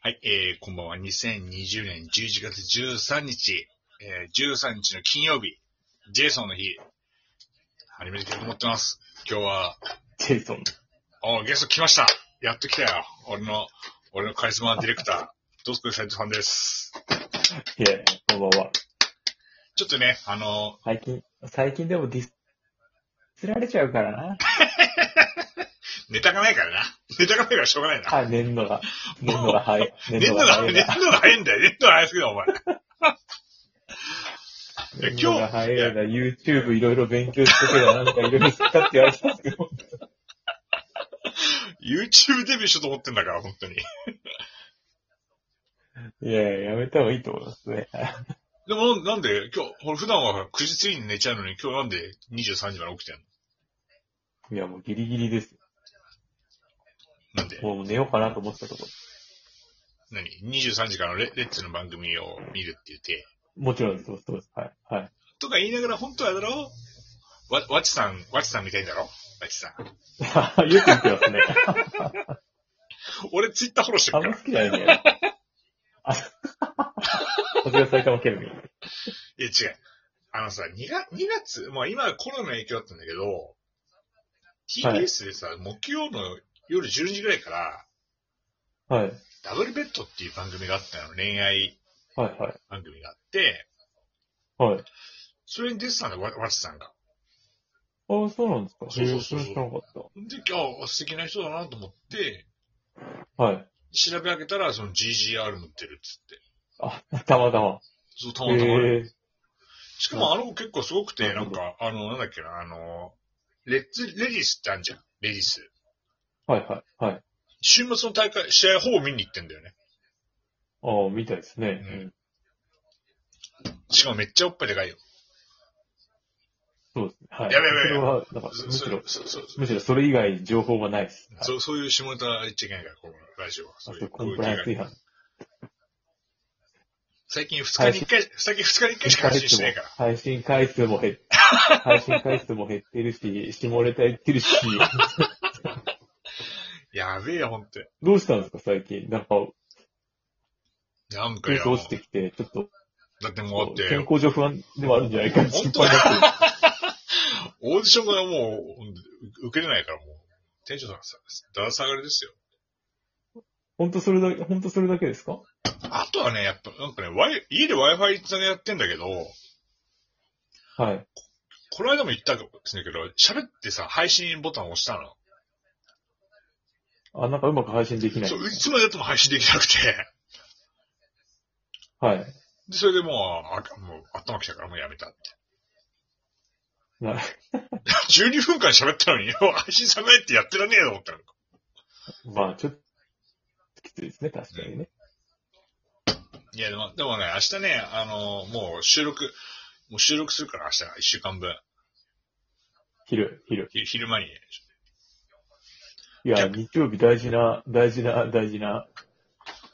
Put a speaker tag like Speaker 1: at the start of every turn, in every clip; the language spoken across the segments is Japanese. Speaker 1: はい、えー、こんばんは。2020年11月13日、えー、13日の金曜日、ジェイソンの日、始めていきたいと思ってます。今日は、
Speaker 2: ジェイソン。
Speaker 1: おゲスト来ましたやっと来たよ。俺の、俺のカリスマディレクター、ドスコイ斉藤さんです。
Speaker 2: いやいや、こんばんは。
Speaker 1: ちょっとね、あの、
Speaker 2: 最近、最近でもディス、ディスられちゃうからな。
Speaker 1: ネタがないからな。ネタがないからしょうがないな。
Speaker 2: あ、年度が、年度が早い。
Speaker 1: ネ
Speaker 2: 年
Speaker 1: ットが、
Speaker 2: 早い
Speaker 1: ネ
Speaker 2: な。
Speaker 1: ットが早いんだよ。ネットが早すぎだ、お前。いや
Speaker 2: 年度が早いな。YouTube いろいろ勉強しとけばなんかいろいろ知ったって言われたんですけど。
Speaker 1: YouTube デビューしようと思ってんだから、本当に。
Speaker 2: いやいや、やめた方がいいと思いますね。
Speaker 1: でも、なんで、今日、俺普段は9時過ぎに寝ちゃうのに、今日なんで23時まで起きてんの
Speaker 2: いや、もうギリギリです。
Speaker 1: なんで
Speaker 2: もう寝ようかなと思ってたとこ
Speaker 1: 何 ?23 時からのレレッツの番組を見るって言って。
Speaker 2: ろ。もちろんです、そうそうです。はい。はい。
Speaker 1: とか言いながら、本当はだろわ、わちさん、わちさん見たいんだろわちさん。
Speaker 2: よく言ってますね。
Speaker 1: 俺ツイッターフォローして
Speaker 2: あ
Speaker 1: る
Speaker 2: ん
Speaker 1: から。
Speaker 2: ま好きじゃないんだよな。あ、 さすが埼玉県民。
Speaker 1: いや、違う。あのさ、2月、2月、まあ今コロナの影響だったんだけど、
Speaker 2: はい
Speaker 1: TBS でさ、木曜の夜12時ぐらいから、
Speaker 2: はい。
Speaker 1: ダブルベッドっていう番組があったの。恋愛
Speaker 2: はい、はい。
Speaker 1: 番組があって、
Speaker 2: はい。
Speaker 1: それに出てたんだよ、わわちさんが。
Speaker 2: ああ、そうなんですか。
Speaker 1: そうそうそうそう
Speaker 2: へえれ知らなかっ
Speaker 1: で、今日素敵な人だなと思って、
Speaker 2: た。はい。
Speaker 1: 調べ上げたら、その GGR 乗ってるっつって。
Speaker 2: あ、 たまたま。
Speaker 1: そう、た
Speaker 2: た
Speaker 1: またまね。
Speaker 2: え
Speaker 1: しかもあの子結構すごくて、
Speaker 2: な
Speaker 1: な
Speaker 2: る
Speaker 1: ん
Speaker 2: ほど
Speaker 1: か、あの、なんだっけな、あの、レッツ、レディスってあるじゃん。レディス。
Speaker 2: はいはいはい。
Speaker 1: 週末の大会、試合ほぼ見に行ってんだよね。
Speaker 2: ああ、みたいですね。
Speaker 1: う
Speaker 2: うんん、
Speaker 1: しかもめっちゃおっぱいでかいよ。
Speaker 2: そうですね。はい。
Speaker 1: やべやべ
Speaker 2: それは、なんか、
Speaker 1: そ
Speaker 2: むしろ、
Speaker 1: そそうそう
Speaker 2: むしろそれ以外情報がないです。
Speaker 1: そうそういう下ネタ言っちゃいけないから、このラジオは。
Speaker 2: あ
Speaker 1: そうい
Speaker 2: と
Speaker 1: う、こ
Speaker 2: コ
Speaker 1: うい
Speaker 2: ン
Speaker 1: う
Speaker 2: プライアンス違
Speaker 1: 気が
Speaker 2: 反。
Speaker 1: 最近2日に1回、最近2日に1回しか配信してないから。
Speaker 2: 配信回数も配 信回数も減っ、配信回数も減ってるし、下ネタ言ってるし、
Speaker 1: やべえよ、ほんとに。
Speaker 2: どうしたんですか最近。なんか、
Speaker 1: なんか
Speaker 2: ペー
Speaker 1: よ
Speaker 2: ス。落ちてきて、ちょっと、
Speaker 1: だってもうだって、
Speaker 2: 健康上不安でもあるんじゃないか心
Speaker 1: 本当
Speaker 2: 配になってる。
Speaker 1: オーディションがもう、受けれないからもう、店長さんさ、だだ下がりですよ。
Speaker 2: 本当それだけ、本当それだけですか
Speaker 1: あとはね、やっぱ、なんかね、ワイ家で Wi-Fi つなげやってんだけど、
Speaker 2: はい。
Speaker 1: この間も言ったかもしれないけど、喋ってさ、配信ボタン押したの。
Speaker 2: あ、なんかうまく配信できない
Speaker 1: そう、。いつまでやっても配信できなくて、
Speaker 2: はい。
Speaker 1: で、それでもう、あかもう頭きたからもうやめたって。
Speaker 2: な
Speaker 1: 12分間喋ったのに、よ 配信されないってやってらねえと思ったの。
Speaker 2: まあ、ちょっと、きついですね、確かにね。
Speaker 1: いや、でも、でもね、明日ね、あの、もう収録、もう収録するから明日、1週間分。
Speaker 2: 昼、昼。
Speaker 1: ひ昼間にね、
Speaker 2: い
Speaker 1: い
Speaker 2: や、
Speaker 1: や
Speaker 2: 日曜日大事な、大事な、大事な、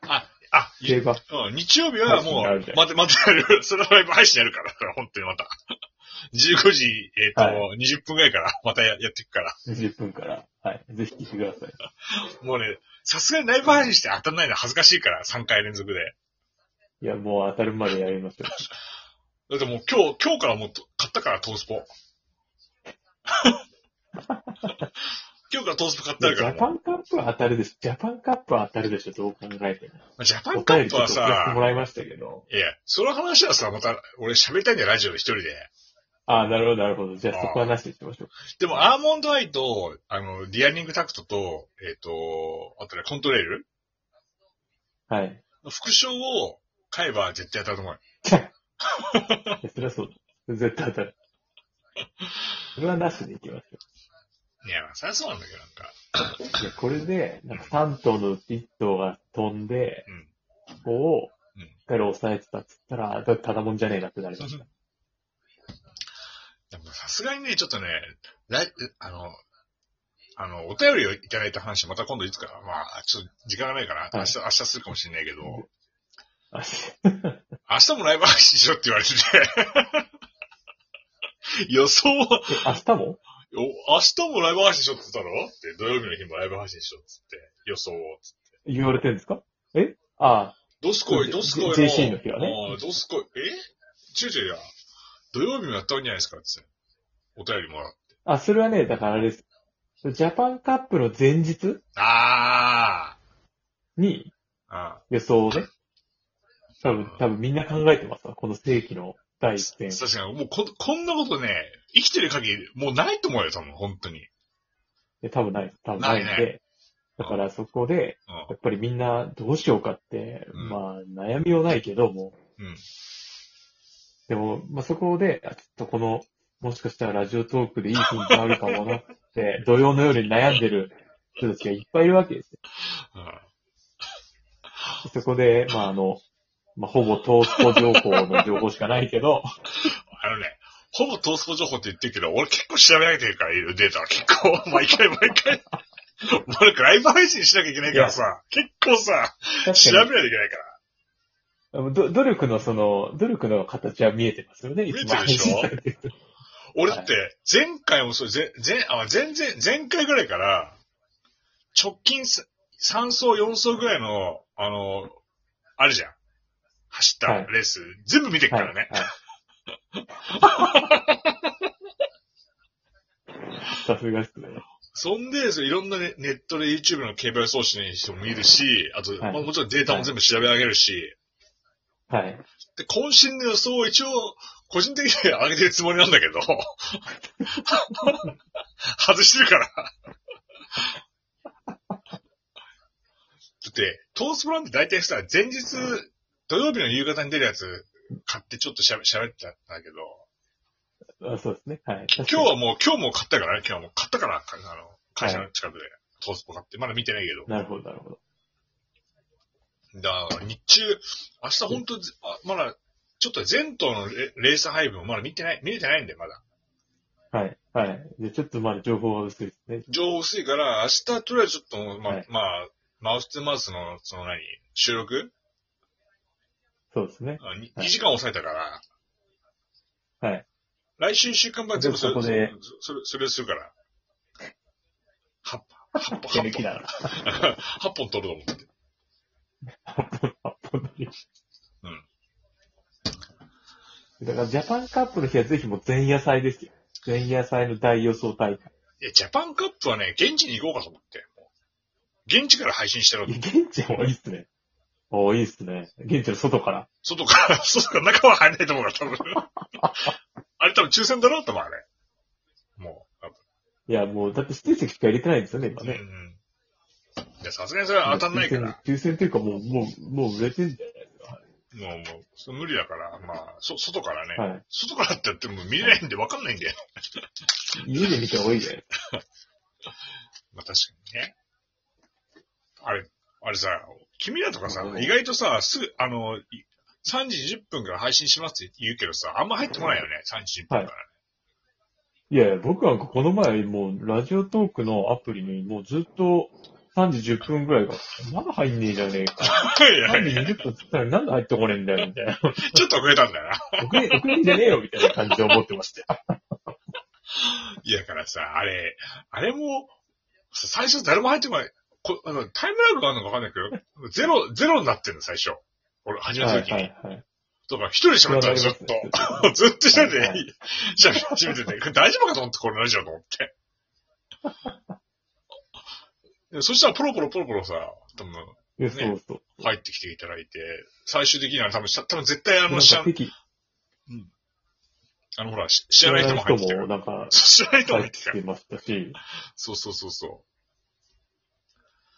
Speaker 1: あ、あ、
Speaker 2: 競馬。
Speaker 1: うん、日曜日はも
Speaker 2: 配信があるじ
Speaker 1: う
Speaker 2: ゃ、ん
Speaker 1: また、またやる。 それはライブ配信やるから、それは本当にまた。15時、えっ、と、
Speaker 2: は
Speaker 1: 20分ぐらいから、またややっていくから。
Speaker 2: 20分から。はい。ぜひ聞いてください。
Speaker 1: もうね、さすがにライブ配信して当たんないの恥ずかしいから、3回連続で。
Speaker 2: いや、もう当たるまでやりましょ
Speaker 1: だってもう今日、今日からもうと買ったから、トース ポ。今日からトースポ買っ
Speaker 2: う。
Speaker 1: てあ
Speaker 2: い
Speaker 1: る
Speaker 2: やジ
Speaker 1: から、もう
Speaker 2: ャパンカップは当たるでしょ。ジャパンカップは当たるでしょ、どう考えても。
Speaker 1: まあジャパンカ
Speaker 2: お便
Speaker 1: ッ
Speaker 2: り
Speaker 1: プ
Speaker 2: ちょ
Speaker 1: は
Speaker 2: っ
Speaker 1: さ、
Speaker 2: と送らせてもらいましたけど。
Speaker 1: いや、その話はさ、また、俺喋りたいんだよ、ラジオで一人で。
Speaker 2: ああ、なるほど、なるほど。じゃあそこはなしにしましょう。
Speaker 1: でも、アーモンドアイと、あの、ディアリングタクトと、えっ、と、あとね、コントレール
Speaker 2: はい。
Speaker 1: 副賞を買えば絶対当たると思うよ。
Speaker 2: いやそれはそうだ。絶対当たる。それはなしでいきましょ
Speaker 1: いや、そりゃそうなんだけど、なんか。
Speaker 2: う。いや、これで、なんか3頭のうち1頭が飛んで、
Speaker 1: うん。
Speaker 2: を
Speaker 1: うん
Speaker 2: しっかり抑えてたっつったら、だただもんじゃねえなってなりました。
Speaker 1: でもさすがにね、ちょっとね、ライあの、あの、お便りをいただいた話、また今度いつか、まあ、ちょっと時間がないから、
Speaker 2: い
Speaker 1: 明日、明日するかもしれないけど、明
Speaker 2: あ し
Speaker 1: 日もライブ配信しろって言われてて、 予想を、
Speaker 2: え明日も
Speaker 1: お明日もライブ配信しろって言ったろって、土曜日の日もライブ配信しろって言って、予想を。
Speaker 2: 言われてるんですかえあ
Speaker 1: ドスコイ、ドスコイの。
Speaker 2: JC の日はね
Speaker 1: あードスコイ、えちゅうちゅうや。土曜日もやったんじゃないですかって。お便りもらう。
Speaker 2: あ、あ、それはね、だからあれです。ジャパンカップの前日
Speaker 1: あ
Speaker 2: に
Speaker 1: ーあ
Speaker 2: 予想をね、多分、多分みんな考えてますわ。この世紀の第一戦
Speaker 1: ー。。確かに、もうこ、こんなことね、生きてる限り、もうないと思うよ、多分、本当に。
Speaker 2: で多分ないです。多分ないん
Speaker 1: ない
Speaker 2: で。だからそこで、やっぱりみんなどうしようかって、
Speaker 1: うん
Speaker 2: まあ悩みはないけども、
Speaker 1: うん。うん。
Speaker 2: でも、まあそこで、あちょっとこの、もしかしたらラジオトークでいいヒントあるかもな って、土曜の夜に悩んでる人たちがいっぱいいるわけですよ。
Speaker 1: あ
Speaker 2: そこで、まああの、まあほぼトースト情報の情報しかないけど、
Speaker 1: あのね、ほぼトースポ情報って言ってるけど、俺結構調べ上げてるから、いるデータは結構、 毎回毎回。俺、ライブ配信しなきゃいけないからさ、結構さ、
Speaker 2: 確
Speaker 1: 調べ
Speaker 2: か
Speaker 1: な
Speaker 2: に
Speaker 1: きゃいけないから。
Speaker 2: ど努力のその、努力の形は見えてますよね、いつも
Speaker 1: 見えてるでしょ
Speaker 2: 配信されてる
Speaker 1: 俺だって、前回もそう、ぜ前、あ、前前、前回ぐらいから、直近さ3走4走ぐらいの、あの、あるじゃん。走った
Speaker 2: はい
Speaker 1: レース、全部見てるか
Speaker 2: はい
Speaker 1: らね。
Speaker 2: はい。さすがですね。
Speaker 1: そんで、そういろんなねネットで YouTube の競馬予想士の人も見るし、あと、
Speaker 2: はい
Speaker 1: まあ、もちろんデータも全部調べ上げるし、
Speaker 2: はい。
Speaker 1: で、渾身の予想を一応、個人的には上げてるつもりなんだけど、外してるから。だって、トースプランって大体さ、前日、土曜日の夕方に出るやつ、買ってちょっとしゃべ喋ってたんだけど、
Speaker 2: あそうですね。はい。
Speaker 1: 今日はもう、今日も買ったからね、今日はもう買ったから、かあの、会社の近くで、トースポ買って、まだ見てないけど。
Speaker 2: なるほど、なるほど。
Speaker 1: だから、日中、明日本当、あまだ、ちょっと前頭のレレース配分をまだ見てない、見れてないんだよ、まだ。
Speaker 2: はい。はい。で、ちょっとまだ情報は薄いですね。
Speaker 1: 情報薄いから、明日とりあえずちょっと、まあ、
Speaker 2: はい
Speaker 1: まあ、マウス2マウスの、その何、収録
Speaker 2: そうですね。
Speaker 1: あに
Speaker 2: はい
Speaker 1: ?2 時間抑えたから、
Speaker 2: はい。
Speaker 1: 来週1週間分は全部それ、
Speaker 2: そこで
Speaker 1: それ、それするから。8本、8
Speaker 2: や
Speaker 1: 本、
Speaker 2: る気
Speaker 1: 8
Speaker 2: なら。
Speaker 1: 本、八本取ると思って。
Speaker 2: だから、ジャパンカップの日はぜひもう前夜祭ですよ。前夜祭の大予想大会。
Speaker 1: いや、ジャパンカップはね、現地に行こうかと思って。もう現地から配信してろ
Speaker 2: い。や現地もいいっすね。おーいいっすね。現地の外から。
Speaker 1: 外から、 外から中は入らないと思うから、多 分。あれ多分抽選だろうと思う、あれ。もう。
Speaker 2: いや、もう、だって指定席しか入れてないんですよね、今ね。
Speaker 1: うんうん。いや、さすがにそれは当たんないから。も
Speaker 2: 抽選抽選というか、もう、もう、もう売れてんじ
Speaker 1: う、もう、それ無理だから、まあ、そ、外からね。
Speaker 2: ゃん。はい。
Speaker 1: 外からってやっても見れないんで分かんないんだよ。
Speaker 2: 家で見た方がいいじゃないです
Speaker 1: まあ確かにね。あれ、あれさ、君らとかさ
Speaker 2: う、ん
Speaker 1: 意外とさ、すぐ、あの、い3時10分から配信しますって言うけどさ、あんま入ってこないよね、3時10分から。
Speaker 2: いやいや、僕なんかこの前、もう、ラジオトークのアプリに、もうずっと、3時10分ぐらいが、まだ入んねえじゃねえか。
Speaker 1: いや
Speaker 2: 3
Speaker 1: い
Speaker 2: 時
Speaker 1: や
Speaker 2: 20分つったらなんで入ってこねえんだよ、みたいな。
Speaker 1: ちょっと遅れたんだよな。
Speaker 2: 遅れ、遅れんじゃねえよ、みたいな感じで思って ました。
Speaker 1: いや、だからさ、あれ、あれも、さ最初誰も入ってこない。こあのタイムラグがあるのか分かんないけど、ゼロ、ゼロになってんの、最初。俺、始め
Speaker 2: は
Speaker 1: た
Speaker 2: い、
Speaker 1: 時に。
Speaker 2: はい、はい。
Speaker 1: とか、一人で喋ったらずっと。 ずっと一人で
Speaker 2: はいはい
Speaker 1: 喋り始めてて、これ大丈夫かと思って、これラジオと思って。でそしたら、ポロポロポロポロさ、多分、
Speaker 2: いや、そうそう。
Speaker 1: 入ってきていただいて、最終的には多分、しゃ多分絶対あ
Speaker 2: なん
Speaker 1: の、シャ
Speaker 2: か
Speaker 1: ン、
Speaker 2: 敵、
Speaker 1: あの、ほら、し知らない人も入ってきて
Speaker 2: 知ら
Speaker 1: る。
Speaker 2: ない人もなんか、
Speaker 1: そう知らない人も
Speaker 2: 入
Speaker 1: 入
Speaker 2: っ
Speaker 1: ってきて
Speaker 2: てましたし、
Speaker 1: そうそうそうそ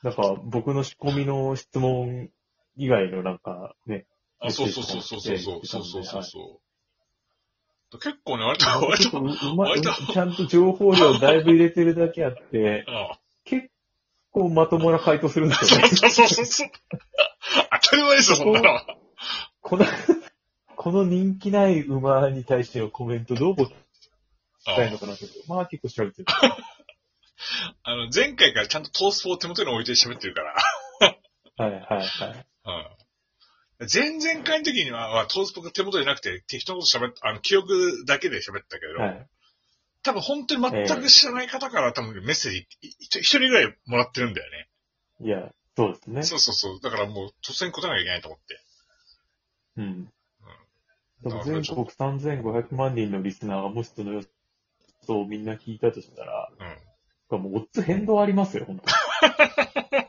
Speaker 2: なんか、僕の仕込みの質問以外のなんか、 ね、
Speaker 1: う。あ、そうそうそうそうそうそう。そうそうそうそう。結構ね、割と、割
Speaker 2: 結
Speaker 1: と、
Speaker 2: 構うまい、
Speaker 1: 割と
Speaker 2: ちゃんと情報量だいぶ入れてるだけあって、
Speaker 1: ああ
Speaker 2: 結構まともな回答するんです
Speaker 1: そ
Speaker 2: よね。
Speaker 1: うそうそうそう。当たり前ですよ、そんなの。
Speaker 2: この、この人気ない馬に対してのコメントどう答えたいのかなって、まあ結構調べてる。
Speaker 1: あの、前回からちゃんとトースポを手元に置いて喋ってるから。
Speaker 2: はいはいはい。
Speaker 1: うん。前々回の時には、まあトースポが手元になくて、適当なこと喋った、あの、記憶だけで喋ったけど、
Speaker 2: はい。
Speaker 1: 多分本当に全く知らない方から多分メッセージ、いい一人ぐらいもらってるんだよね。
Speaker 2: いや、そうですね。
Speaker 1: そうそうそう。だからもう突然答えなきゃいけないと思って。
Speaker 2: うん。
Speaker 1: だ
Speaker 2: 多
Speaker 1: から
Speaker 2: 分
Speaker 1: これ
Speaker 2: 全
Speaker 1: ちょっ
Speaker 2: 国3500万人のリスナーがもしその予想をみんな聞いたとしたら、
Speaker 1: と、うん。
Speaker 2: これもうオッズ変動ありますよ、本当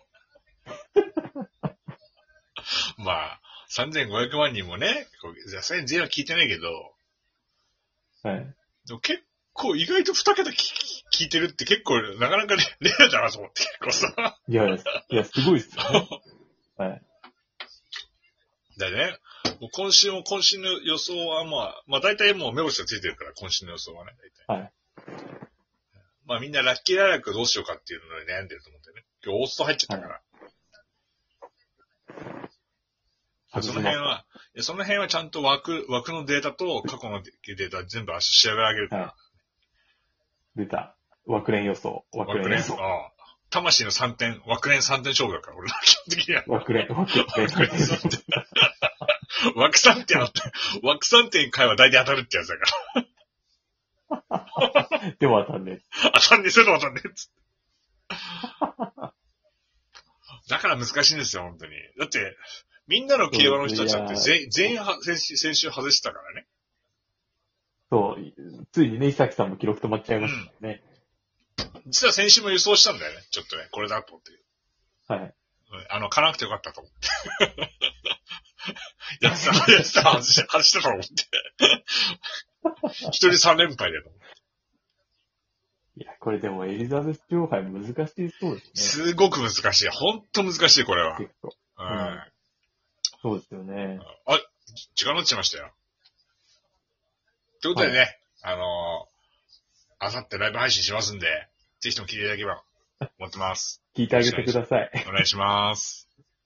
Speaker 1: まあ、3500万人もね、こうじゃあ全然は聞いてないけど、
Speaker 2: に。はい。
Speaker 1: でも結構意外と2桁聞き聞いてるって結構なかなかねレ アだなと思って、結構 さ。
Speaker 2: いや、いや、すごいっすよね。はい。
Speaker 1: だね、もう今週も今週の予想はまあ、まあ大体もう目星がついてるから、今週の予想はね、大体。
Speaker 2: はい。
Speaker 1: まあみんなラッキーライラックどうしようかっていうのに悩んでると思うんだよね。今日オースト入っちゃったから。その辺は、いやその辺はちゃんと枠、枠のデータと過去のデータ全部明日調べ上げるから。
Speaker 2: 出た。枠連予想。枠連予想。
Speaker 1: ああ。魂の3点、枠連3点勝負だから、俺ら基本的には。
Speaker 2: 枠連、枠連。
Speaker 1: 枠連3点。枠3点あって、枠3点回は大体当たるってやつだか
Speaker 2: でも当たんね。
Speaker 1: ら。 当たんねえ、それ当たんねえっつって。 だから難しいんですよ、本当に。だって、みんなの競馬の人たちだって
Speaker 2: そう
Speaker 1: 全、全員は先週、先週外したからね。
Speaker 2: そう。ついにね、伊崎さんも記録止まっちゃいましたからね。
Speaker 1: 実は先週も予想したんだよね。ちょっとね、これだと思って。
Speaker 2: はい。
Speaker 1: うんあの、勝たなくてよかったと思って。やつさ、やつさ、外して、外したと思って。一人三連敗だと思って。
Speaker 2: いや、これでもエリザベス女王杯難しいそうですね。
Speaker 1: すごく難しい。ほんと難しい、これは。うん。
Speaker 2: 結構。
Speaker 1: あ、
Speaker 2: そうですよね。
Speaker 1: 時間になっちゃいましたよ。ということでね、あのー、あさってライブ配信しますんで、ぜひとも聞いていただければ、思ってます。
Speaker 2: 聞いてあげてください。
Speaker 1: お願いします。